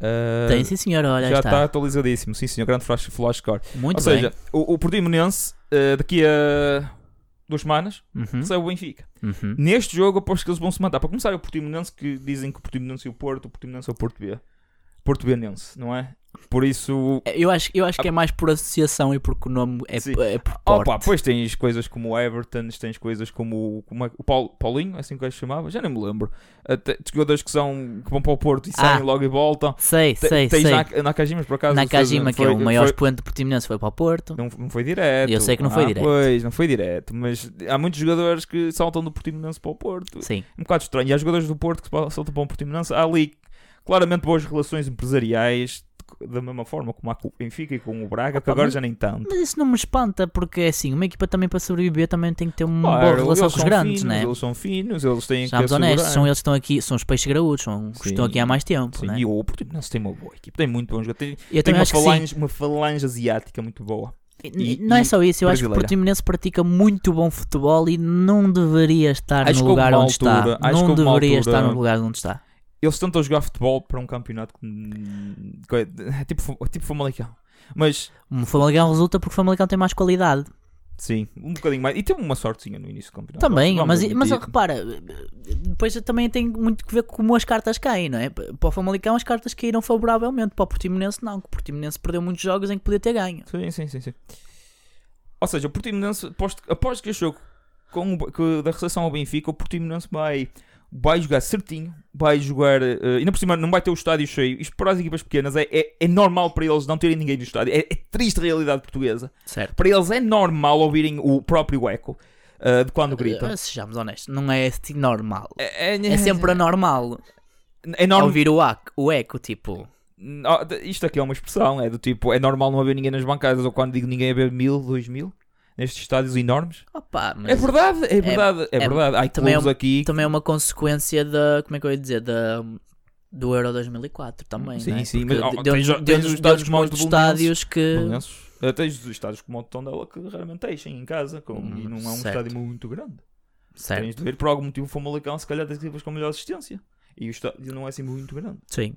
Ah, tem, sim senhora, olha, aí já está. está atualizadíssimo, sim senhor, grande Flash, flash Score. Muito Ou bem. seja, o, o Portimonense, ah, daqui a duas semanas, Uhum, recebe o Benfica. uhum. Neste jogo, aposto que eles vão se matar. Para começar, é o Portimonense, que dizem que o Portimonense é o Porto, o Portimonense é o Porto B. Porto Benense, não é? Por isso... Eu acho, eu acho que é mais por associação e porque o nome é, Ah. Sim. Oh, é por porte. Opa, pois tens coisas como o Everton, tens coisas como, o- como é- o Paul, Paulinho, assim que eu se chamava, já nem me lembro. Até, de jogadores que, são, que vão para o Porto e saem Ah. logo e voltam. Sei, Te- sei, tens sei. Na, Nakajima, por acaso. Nakajima, que foi- é o maior foi- expoente do Portimonense, foi para o Porto. não, não foi direto. Eu sei que não foi Ah, direto. Pois, não foi direto. Mas há muitos jogadores que saltam do Portimonense para o Porto. Sim. Um bocado estranho. E há jogadores do Porto que pa- saltam para o Portimonense. Há ali claramente boas relações empresariais, da mesma forma como há com o Benfica e com o Braga, que Opa, agora mas- já nem tanto. Mas isso não me espanta, porque é assim, uma equipa também para sobreviver também tem que ter uma boa Claro, relação eles com os são grandes, finos, né? Eles são finos, eles têm Sejamos que assegurar. honestos, são eles que estão aqui, são os peixes graúdos, são os que Sim. estão aqui há mais tempo, Sim, né? e o Portimonense tem uma boa equipa, tem muito bom jogo. Tem, Eu tem também uma, acho que sim. falange, uma falange asiática muito boa. E- e- não é só isso, eu acho que o brasileira. Portimonense pratica muito bom futebol e não deveria estar Acho no que houve lugar uma onde altura- está. acho que Não houve uma deveria estar no altura- lugar onde está. Eles tentam jogar futebol para um campeonato que. que- Tipo, Fu- tipo Famalicão. Mas, O Famalicão resulta porque o Famalicão tem mais qualidade. sim, um bocadinho mais. E teve uma sortezinha no início do campeonato. Também, Vamos mas, mas admitir. repara, depois também tem muito que ver como as cartas caem, não é? Para o Famalicão as cartas caíram favoravelmente, para o Portimonense não, que o Portimonense perdeu muitos jogos em que podia ter ganho. Sim, sim, sim. sim. Ou seja, o Portimonense, aposto, aposto que este jogo, com o- que da recepção ao Benfica, o Portimonense vai, vai jogar certinho, vai jogar, eh, ainda por cima não vai ter o estádio cheio. Isto para as equipas pequenas é, é, é normal para eles não terem ninguém no estádio. É, é triste realidade portuguesa. Certo. Para eles é normal ouvirem o próprio eco. Ah, ah, de quando grita. Ah, Sejamos honestos, não é assim normal. É, é- É sempre anormal é normal. ouvir o, ac- o eco, tipo. Ó, de- Isto aqui é uma expressão, é do tipo, é normal não haver ninguém nas bancadas, ou quando digo ninguém haver mil, dois mil, nestes estádios enormes. Opa, mas É verdade, é verdade, é, verdade. Há também é clubes um- aqui. também é uma consequência da. Como é que eu ia dizer? Da, do Euro 2004 também. Sim, não é? sim, Porque mas, ó, deu- tens- deu- tens os deu- estádios deu-nos como os muitos do Belenenses. estádios que. Belenenses. Eh, Tens os estádios como o de Tondela que raramente deixem em casa, com- Hum, e não é um certo. estádio muito grande. Certo, Tens de ver, por algum motivo, o Famalicão se calhar das equipas com melhor assistência. E o estádio não é assim muito grande. sim.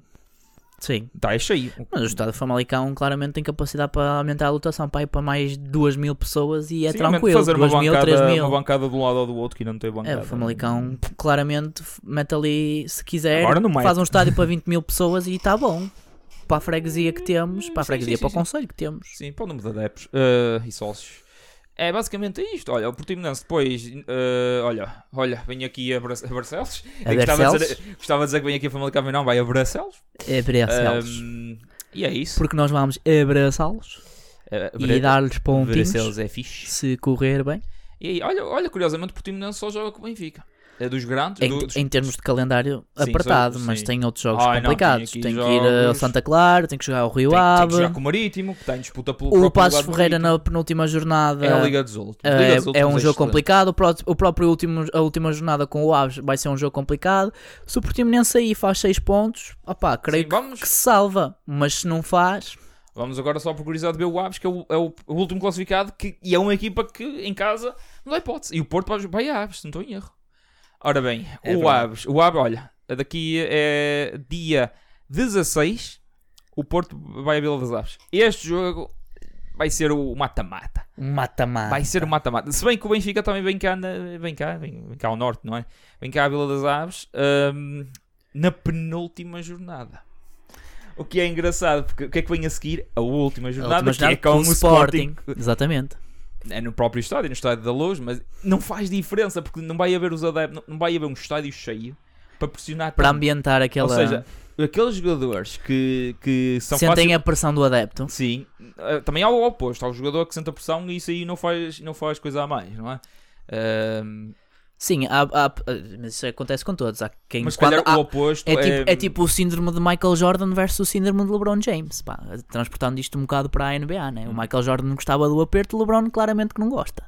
Sim. Está é cheio. Mas o Estado de Famalicão claramente tem capacidade para aumentar a lotação para ir para mais 2 mil pessoas e é Sim, tranquilo. fazer 2 uma mil, bancada, 3 mil. uma bancada de um lado ou do outro que ainda não tem bancada. né? É, o Famalicão claramente f- mete ali, se quiser, Agora não mete. faz um estádio para 20 mil pessoas e está bom. Para a freguesia que temos, para a Sim, freguesia, sim, para o sim, conselho que temos. Sim, para o número de adeptos eh, e sócios. É basicamente isto. Olha, o Portimonense depois. eh, olha, olha, venho aqui a, Bra a Barcelos. A Eu gostava, de Barcelos? dizer, gostava de dizer que venho aqui a Famalicão, mas não, vai a Barcelos. É abraçá-los. Ahm, e é isso. Porque nós vamos abraçá-los Eh, e dar-lhes pontinhos Barcelos é fixe. se correr bem. E aí, olha, olha curiosamente, o Portimonense só joga com o Benfica. É dos grandes. Em, do- dos- em termos de calendário Sim, apertado, só- mas sim. tem outros jogos Ai, não, complicados. tem Tem, aqui que ir ao jogos- Santa Clara, tem que jogar ao Rio tem, tem que Ave. jogar com o Marítimo, que está em disputa pelo O próprio Passos lugar do Ferreira Marítimo. na penúltima jornada É a Liga dos Outros. Uh, Liga dos Outros é um é jogo excelente. complicado. O, pró- o próprio último, a última jornada com o Aves vai ser um jogo complicado. Se o Portimonense aí faz 6 pontos, opá, creio Sim, vamos, que se salva. Mas se não faz, Vamos agora só por curiosidade ver o Aves, que é o, é o- o último classificado que, e é uma equipa que em casa não dá hipótese. E o Porto vai, vai a Aves, se não estou em erro. Ora bem, É o verdade. Aves, o Aves, olha, daqui é dia 16, o Porto vai a Vila das Aves. Este jogo vai ser o mata-mata. um mata-mata. Vai ser o mata-mata. Se bem que o Benfica também vem cá, na- vem cá, vem, vem cá ao norte, não é? Vem cá à Vila das Aves hum, na penúltima jornada. O que é engraçado, porque o que é que vem a seguir? A última A jornada, última que é jornada com o Sporting. Exatamente. É no próprio estádio, no estádio da Luz, mas não faz diferença, porque não vai haver os adeptos, não- não vai haver um estádio cheio para pressionar Para tanto. ambientar aquela. Ou seja, aqueles jogadores que, que são sentem fácil- a pressão do adepto. Sim, eh, também há o oposto, há o jogador que sente a pressão e isso aí não faz, não faz coisa a mais, não é? Ehm, Ahm, Sim, há, há- mas isso acontece com todos. Há quem mas se quando calhar há- o oposto hum. é, tipo, é tipo o síndrome de Michael Jordan versus o síndrome de LeBron James. Pá, transportando isto um bocado para a NBA, né? O Hum. Michael Jordan gostava do aperto, o LeBron claramente que não gosta.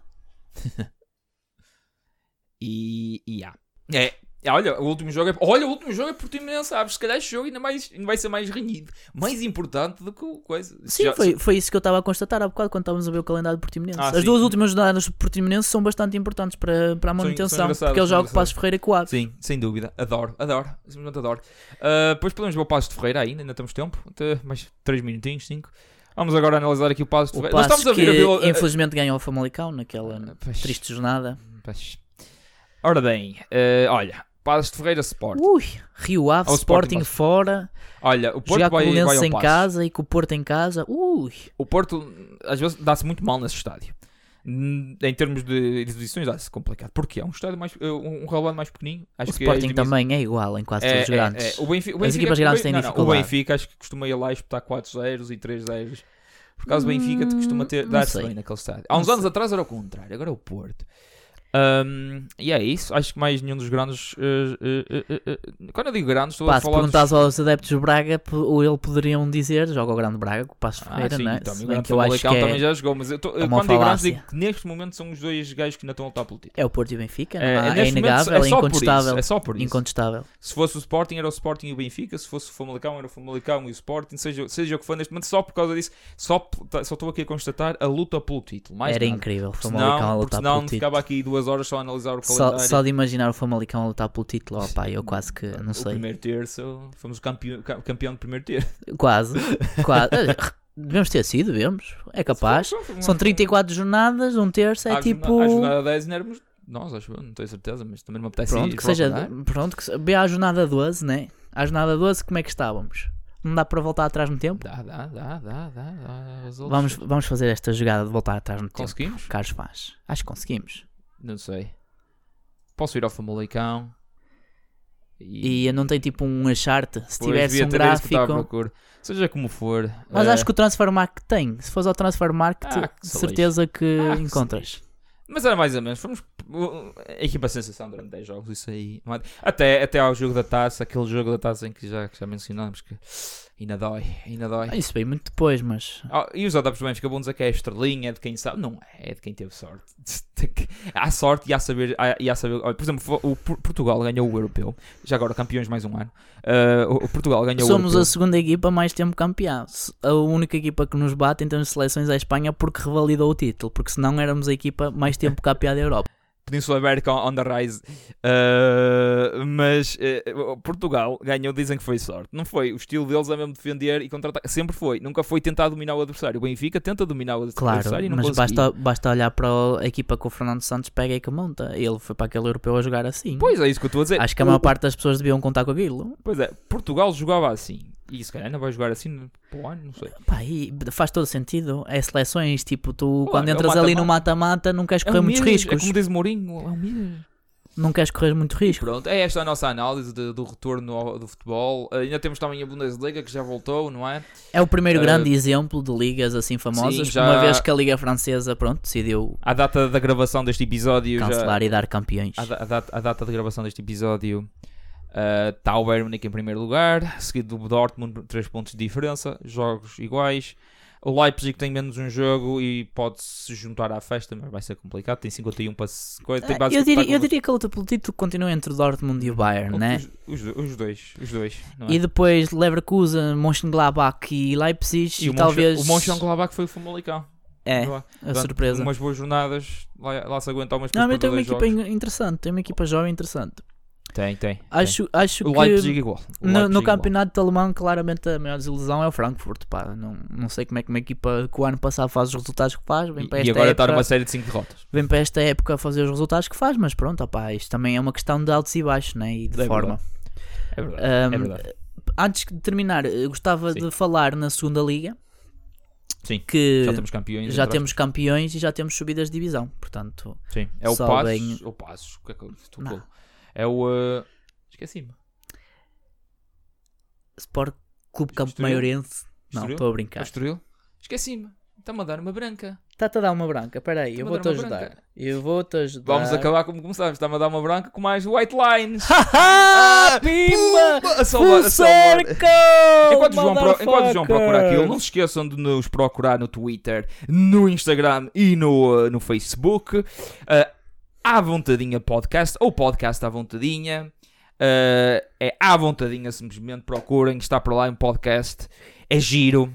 E, e há. É, é, olha, o último jogo é. Olha, o último jogo é Portimonense, sabes? Se calhar este jogo ainda, mais, ainda vai ser mais renhido. Mais importante do que o coisa. Sim, Já- foi, foi isso que eu estava a constatar há bocado quando estávamos a ver o calendário do Portimonense. Ah, As sim. duas últimas jornadas do Portimonense são bastante importantes para, para a são manutenção, engraçadas, porque ele são joga com o Passos Ferreira e com o Aves. Sim, sem dúvida. Adoro, adoro. Simplesmente adoro. Ah, Depois podemos ver o Passo de Ferreira ainda, ainda temos tempo. Até mais 3 minutinhos, 5. Vamos agora analisar aqui o Passo de O Ferreira. Nós Passos estamos a que ver eh, a Vila- Eh, a- infelizmente ganhou o Famalicão naquela Pois, triste jornada. pois. Ora bem, eh, olha, Passos de Ferreira Sport. Ui, Rio Ave, Ao Sporting, Sporting, Passos. fora, Olha, o Porto jogar com o vai, vai Lenço ao em Passos. casa e com o Porto em casa. Ui, O Porto, às vezes, dá-se muito mal nesse estádio. Hum, Em termos de exibições, dá-se complicado. Porquê? É um estádio mais. eh, Um um relevado mais pequenininho. Acho o que Sporting é também é igual em quase todos os grandes. O Benfica, o As Benfica- equipas grandes têm não, não, O dificuldade. Benfica acho que costuma ir lá e espetar 4-0 e 3-0. Por causa do Hum, Benfica, te costuma ter, não dar-se sei. bem naquele estádio. Há uns Não anos atrás era o contrário, agora é o Porto. Hum, e é isso. Acho que mais nenhum dos grandes. eh, eh, eh, eh, eh, quando eu digo grandes, estou Pá, a se falar. dos- perguntasse aos adeptos do Braga, p- ou ele poderiam dizer, joga o Grande Braga com o Passo Ah, Ferreira, sim, não é? também, Se o bem grande que eu acho que Famalicão também é, já jogou, mas eu tô, é uma quando digo grandes, falácia. digo que neste momento são os dois gajos que ainda estão a lutar pelo título. é o Porto e o Benfica, não É, há- é, neste momento, inegável, é é só por incontestável. isso, é só por isso. Incontestável. Se fosse o Sporting, era o Sporting e o Benfica. Se fosse o Famalicão, era o Famalicão e o Sporting. Seja, seja o que for neste momento, só por causa disso, só p- tá- só estou aqui a constatar a luta pelo título. Mais Era nada. incrível. O Porque Famalicão a senão, porque lutar senão pelo título. ficava aqui duas horas só a analisar o Só, calendário. só de imaginar o Famalicão a lutar pelo título, opá, eu quase que, não <laughs> o sei. primeiro terço, fomos o campeão, ca- campeão do primeiro terço. <laughs> Quase, quase. Eh, Devemos ter sido, devemos. É capaz. Foi- foi- foi- São 34 jornadas, um terço, é à tipo. jornada- à jornada 10 não éramos nós, acho eu, não tenho certeza, mas também não me apetece Pronto, ir que seja. procurar. Pronto, que se- vê à jornada 12, né? À jornada 12, como é que estávamos? Não dá para voltar atrás no tempo? Dá, dá, dá, dá, dá, dá resulta. Vamos, vamos fazer esta jogada de voltar atrás no tempo. Conseguimos? Carlos Vaz. Acho que conseguimos. Não sei. Posso ir ao Famalicão. E eu não tem tipo um chart. Pois, Se tivesse devia um ter isso que eu estava à gráfico. procura. Seja como for. Mas eh, acho que o Transfer Market tem. Se fores ao Transfer Market, Ah, que de se certeza que Ah, que se encontras. Mas era mais ou menos. Fomos o- a equipa sensação durante 10 jogos, isso aí. não há- Até, até ao jogo da taça, aquele jogo da taça em que já, que já mencionámos que ainda dói, ainda dói. Ah, Isso veio muito depois, mas. Oh, e os adeptos do Benfica vão dizer que é estrelinha, é de quem sabe. Não é, é de quem teve sorte. <laughs> há sorte e há saber. há- e há saber olha, por exemplo, o Por- Portugal ganhou o Europeu. Já agora, campeões mais um ano. Ah, o- o Portugal ganhou Somos o a Europeu. segunda equipa mais tempo campeã. Se- A única equipa que nos bate em termos de seleções é a Espanha porque revalidou o título. Porque senão éramos a equipa mais tempo campeã <laughs> da Europa. Península Ibérica on on the rise. Ah, mas eh, o- Portugal ganhou, dizem que foi sorte. Não foi. O estilo deles é mesmo defender e contratar. Sempre foi. Nunca foi tentar dominar o adversário. O Benfica tenta dominar o Claro, adversário e não mas conseguia. basta, basta olhar para o- a equipa que o Fernando Santos pega e que monta. Ele foi para aquele europeu a jogar assim. Pois é, isso que eu estou a dizer. Acho que a O- maior parte das pessoas deviam contar com aquilo. Pois é, Portugal jogava assim. E se calhar ainda vai jogar assim para o ano, não sei. Pá, e faz todo sentido. É seleções, tipo, tu Pô, quando é o entras ali no mata-mata não queres correr um muitos Midas, É riscos. como diz Mourinho, é um Midas. Não queres correr muitos riscos. Pronto, é esta a nossa análise de- do retorno ao- do futebol. Eh, Ainda temos também a Bundesliga que já voltou, não é? É o primeiro Eh, grande exemplo de ligas assim famosas. sim, já- Uma vez que a Liga Francesa, pronto, decidiu A data da gravação deste episódio já. Ah, cancelar e dar campeões. A, da- a data, a data de gravação deste episódio eh, está o Bayern Munique em primeiro lugar, seguido do Dortmund, 3 pontos de diferença, jogos iguais. O Leipzig tem menos um jogo e pode se juntar à festa, mas vai ser complicado. Tem 51 para se- coisa. Tem Ah, basicamente- um eu, diria, está eu com- diria que a luta pelo título continua entre o Dortmund e o Bayern, né? os, os- os dois, os dois. não é? E depois Leverkusen, Mönchengladbach e Leipzig. E E, o talvez. Monchão, o Mönchengladbach foi o Famalicão. É, Vá. a Portanto, surpresa. Umas boas jornadas, lá, lá se aguentam umas Não, coisas mas para tem uma dois equipa jogos. in- interessante, tem uma equipa jovem interessante. Tem, tem. Acho, acho tem. que O Leipzig igual. O no, Leipzig no igual. campeonato alemão, claramente a maior desilusão é o Frankfurt. Pá. Não, não sei como é que uma equipa que o ano passado faz os resultados que faz, vem para E, é esta e agora época, está numa série de 5 derrotas. vem para esta época fazer os resultados que faz, mas pronto, opá, isto também é uma questão de altos e baixos né? e de É forma. É verdade. Ahm, é verdade. antes de terminar, eu gostava Sim. de falar na segunda liga Sim, que já temos campeões. já entre temos campeões e já temos subidas de divisão, portanto. as- Sim, é o só Passos. bem- O Passos. O que é que eu estou Não. com- É o. eh, Esqueci-me. Sport Clube Campo Estoril? Maiorense. Não, Estoril? estou a O brincar. Estoril. Esqueci-me. Está-me a dar uma branca. Está-te a dar uma branca, peraí, Está-me eu a vou-te dar uma ajudar. branca. Eu vou-te ajudar. Vamos <laughs> acabar como começámos. Está-me a dar uma branca com mais white lines. Ah, Haha! Ah, Pimba! Pumba! A salvar- O a salvar. cerco! Enquanto o, João pro- enquanto o João procura aquilo, não motherfucker! se esqueçam de nos procurar no Twitter, no Instagram e no, uh, no Facebook. Uh, à vontadinha podcast, ou podcast à vontadinha. Uh, é à vontadinha, simplesmente procurem, está para lá em podcast. É giro.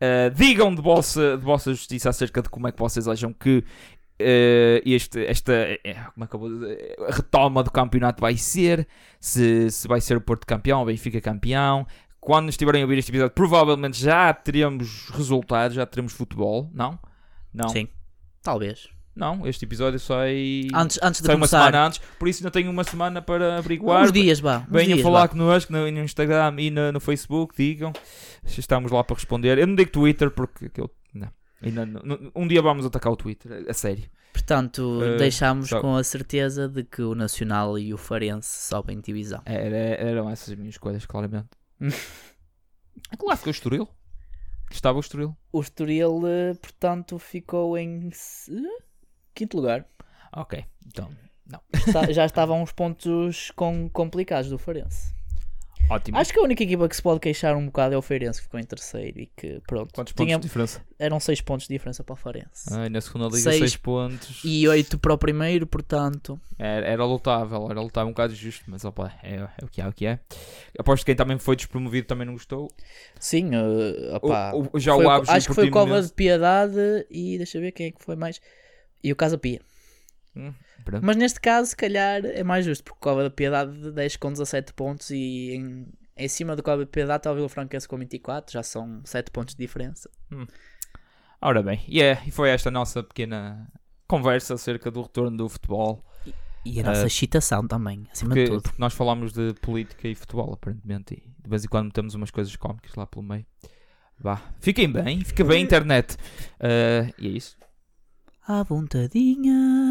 Uh, digam de vossa, de vossa justiça acerca de como é que vocês acham que uh, este, esta eh, como é que eu vou dizer? a retoma do campeonato vai ser. Se, se vai ser o Porto campeão, o Benfica campeão, quando estiverem a ouvir este episódio, provavelmente já teremos resultados, já teremos futebol, não? Não, Sim, talvez. não, este episódio sai, Antes, antes de sai uma começar, semana antes, por isso ainda tenho uma semana para averiguar. uns dias, vá. uns Venham dias, falar vá. connosco no, no Instagram e no, no Facebook, digam, estamos lá para responder. Eu não digo Twitter porque aquilo- não. Ainda não- não- um dia vamos atacar o Twitter, a sério. Portanto, Eh, deixámos tchau. com a certeza de que o Nacional e o Farense sobem de divisão. Era- eram essas as minhas escolhas, claramente. <laughs> claro, ficou o Estoril. Estava o Estoril. O Estoril, eh, portanto, ficou em se- quinto lugar. Ok, então, Está- já estavam uns pontos com- complicados do Farense. ótimo. Acho que a única equipa que se pode queixar um bocado é o Feirense, que ficou em terceiro e que, pronto, Quantos pontos Ah. tinha- de diferença? eram seis pontos de diferença para o Farense. Ai, na segunda liga, Seis 6 pontos. E oito para o primeiro, portanto. Era, era lutável, era lutável um bocado justo, mas opa, é, é o que é, é o que é. Aposto que quem também foi despromovido também não gostou. Sim, eh, O- opá, o- já foi o o- Aves e acho que foi o Cova Portimonense. de Piedade e deixa eu ver quem é que foi mais. E o Casa Pia. Hum, pronto. Mas neste caso, se calhar, é mais justo, porque o Cova da Piedade 10 com 17 pontos e em, em cima do Cova da Piedade está o Vila Franquense com 24, já são 7 pontos de diferença. Ora bem, e é- e foi esta nossa pequena conversa acerca do retorno do futebol. E a nossa nossa excitação também, acima Eh, Porque, de tudo. porque nós falámos de política e futebol, aparentemente, e de vez em quando metemos umas coisas cómicas lá pelo meio. Vá, fiquem bem, fica bem a internet. Ah, e é isso. À vontadinha.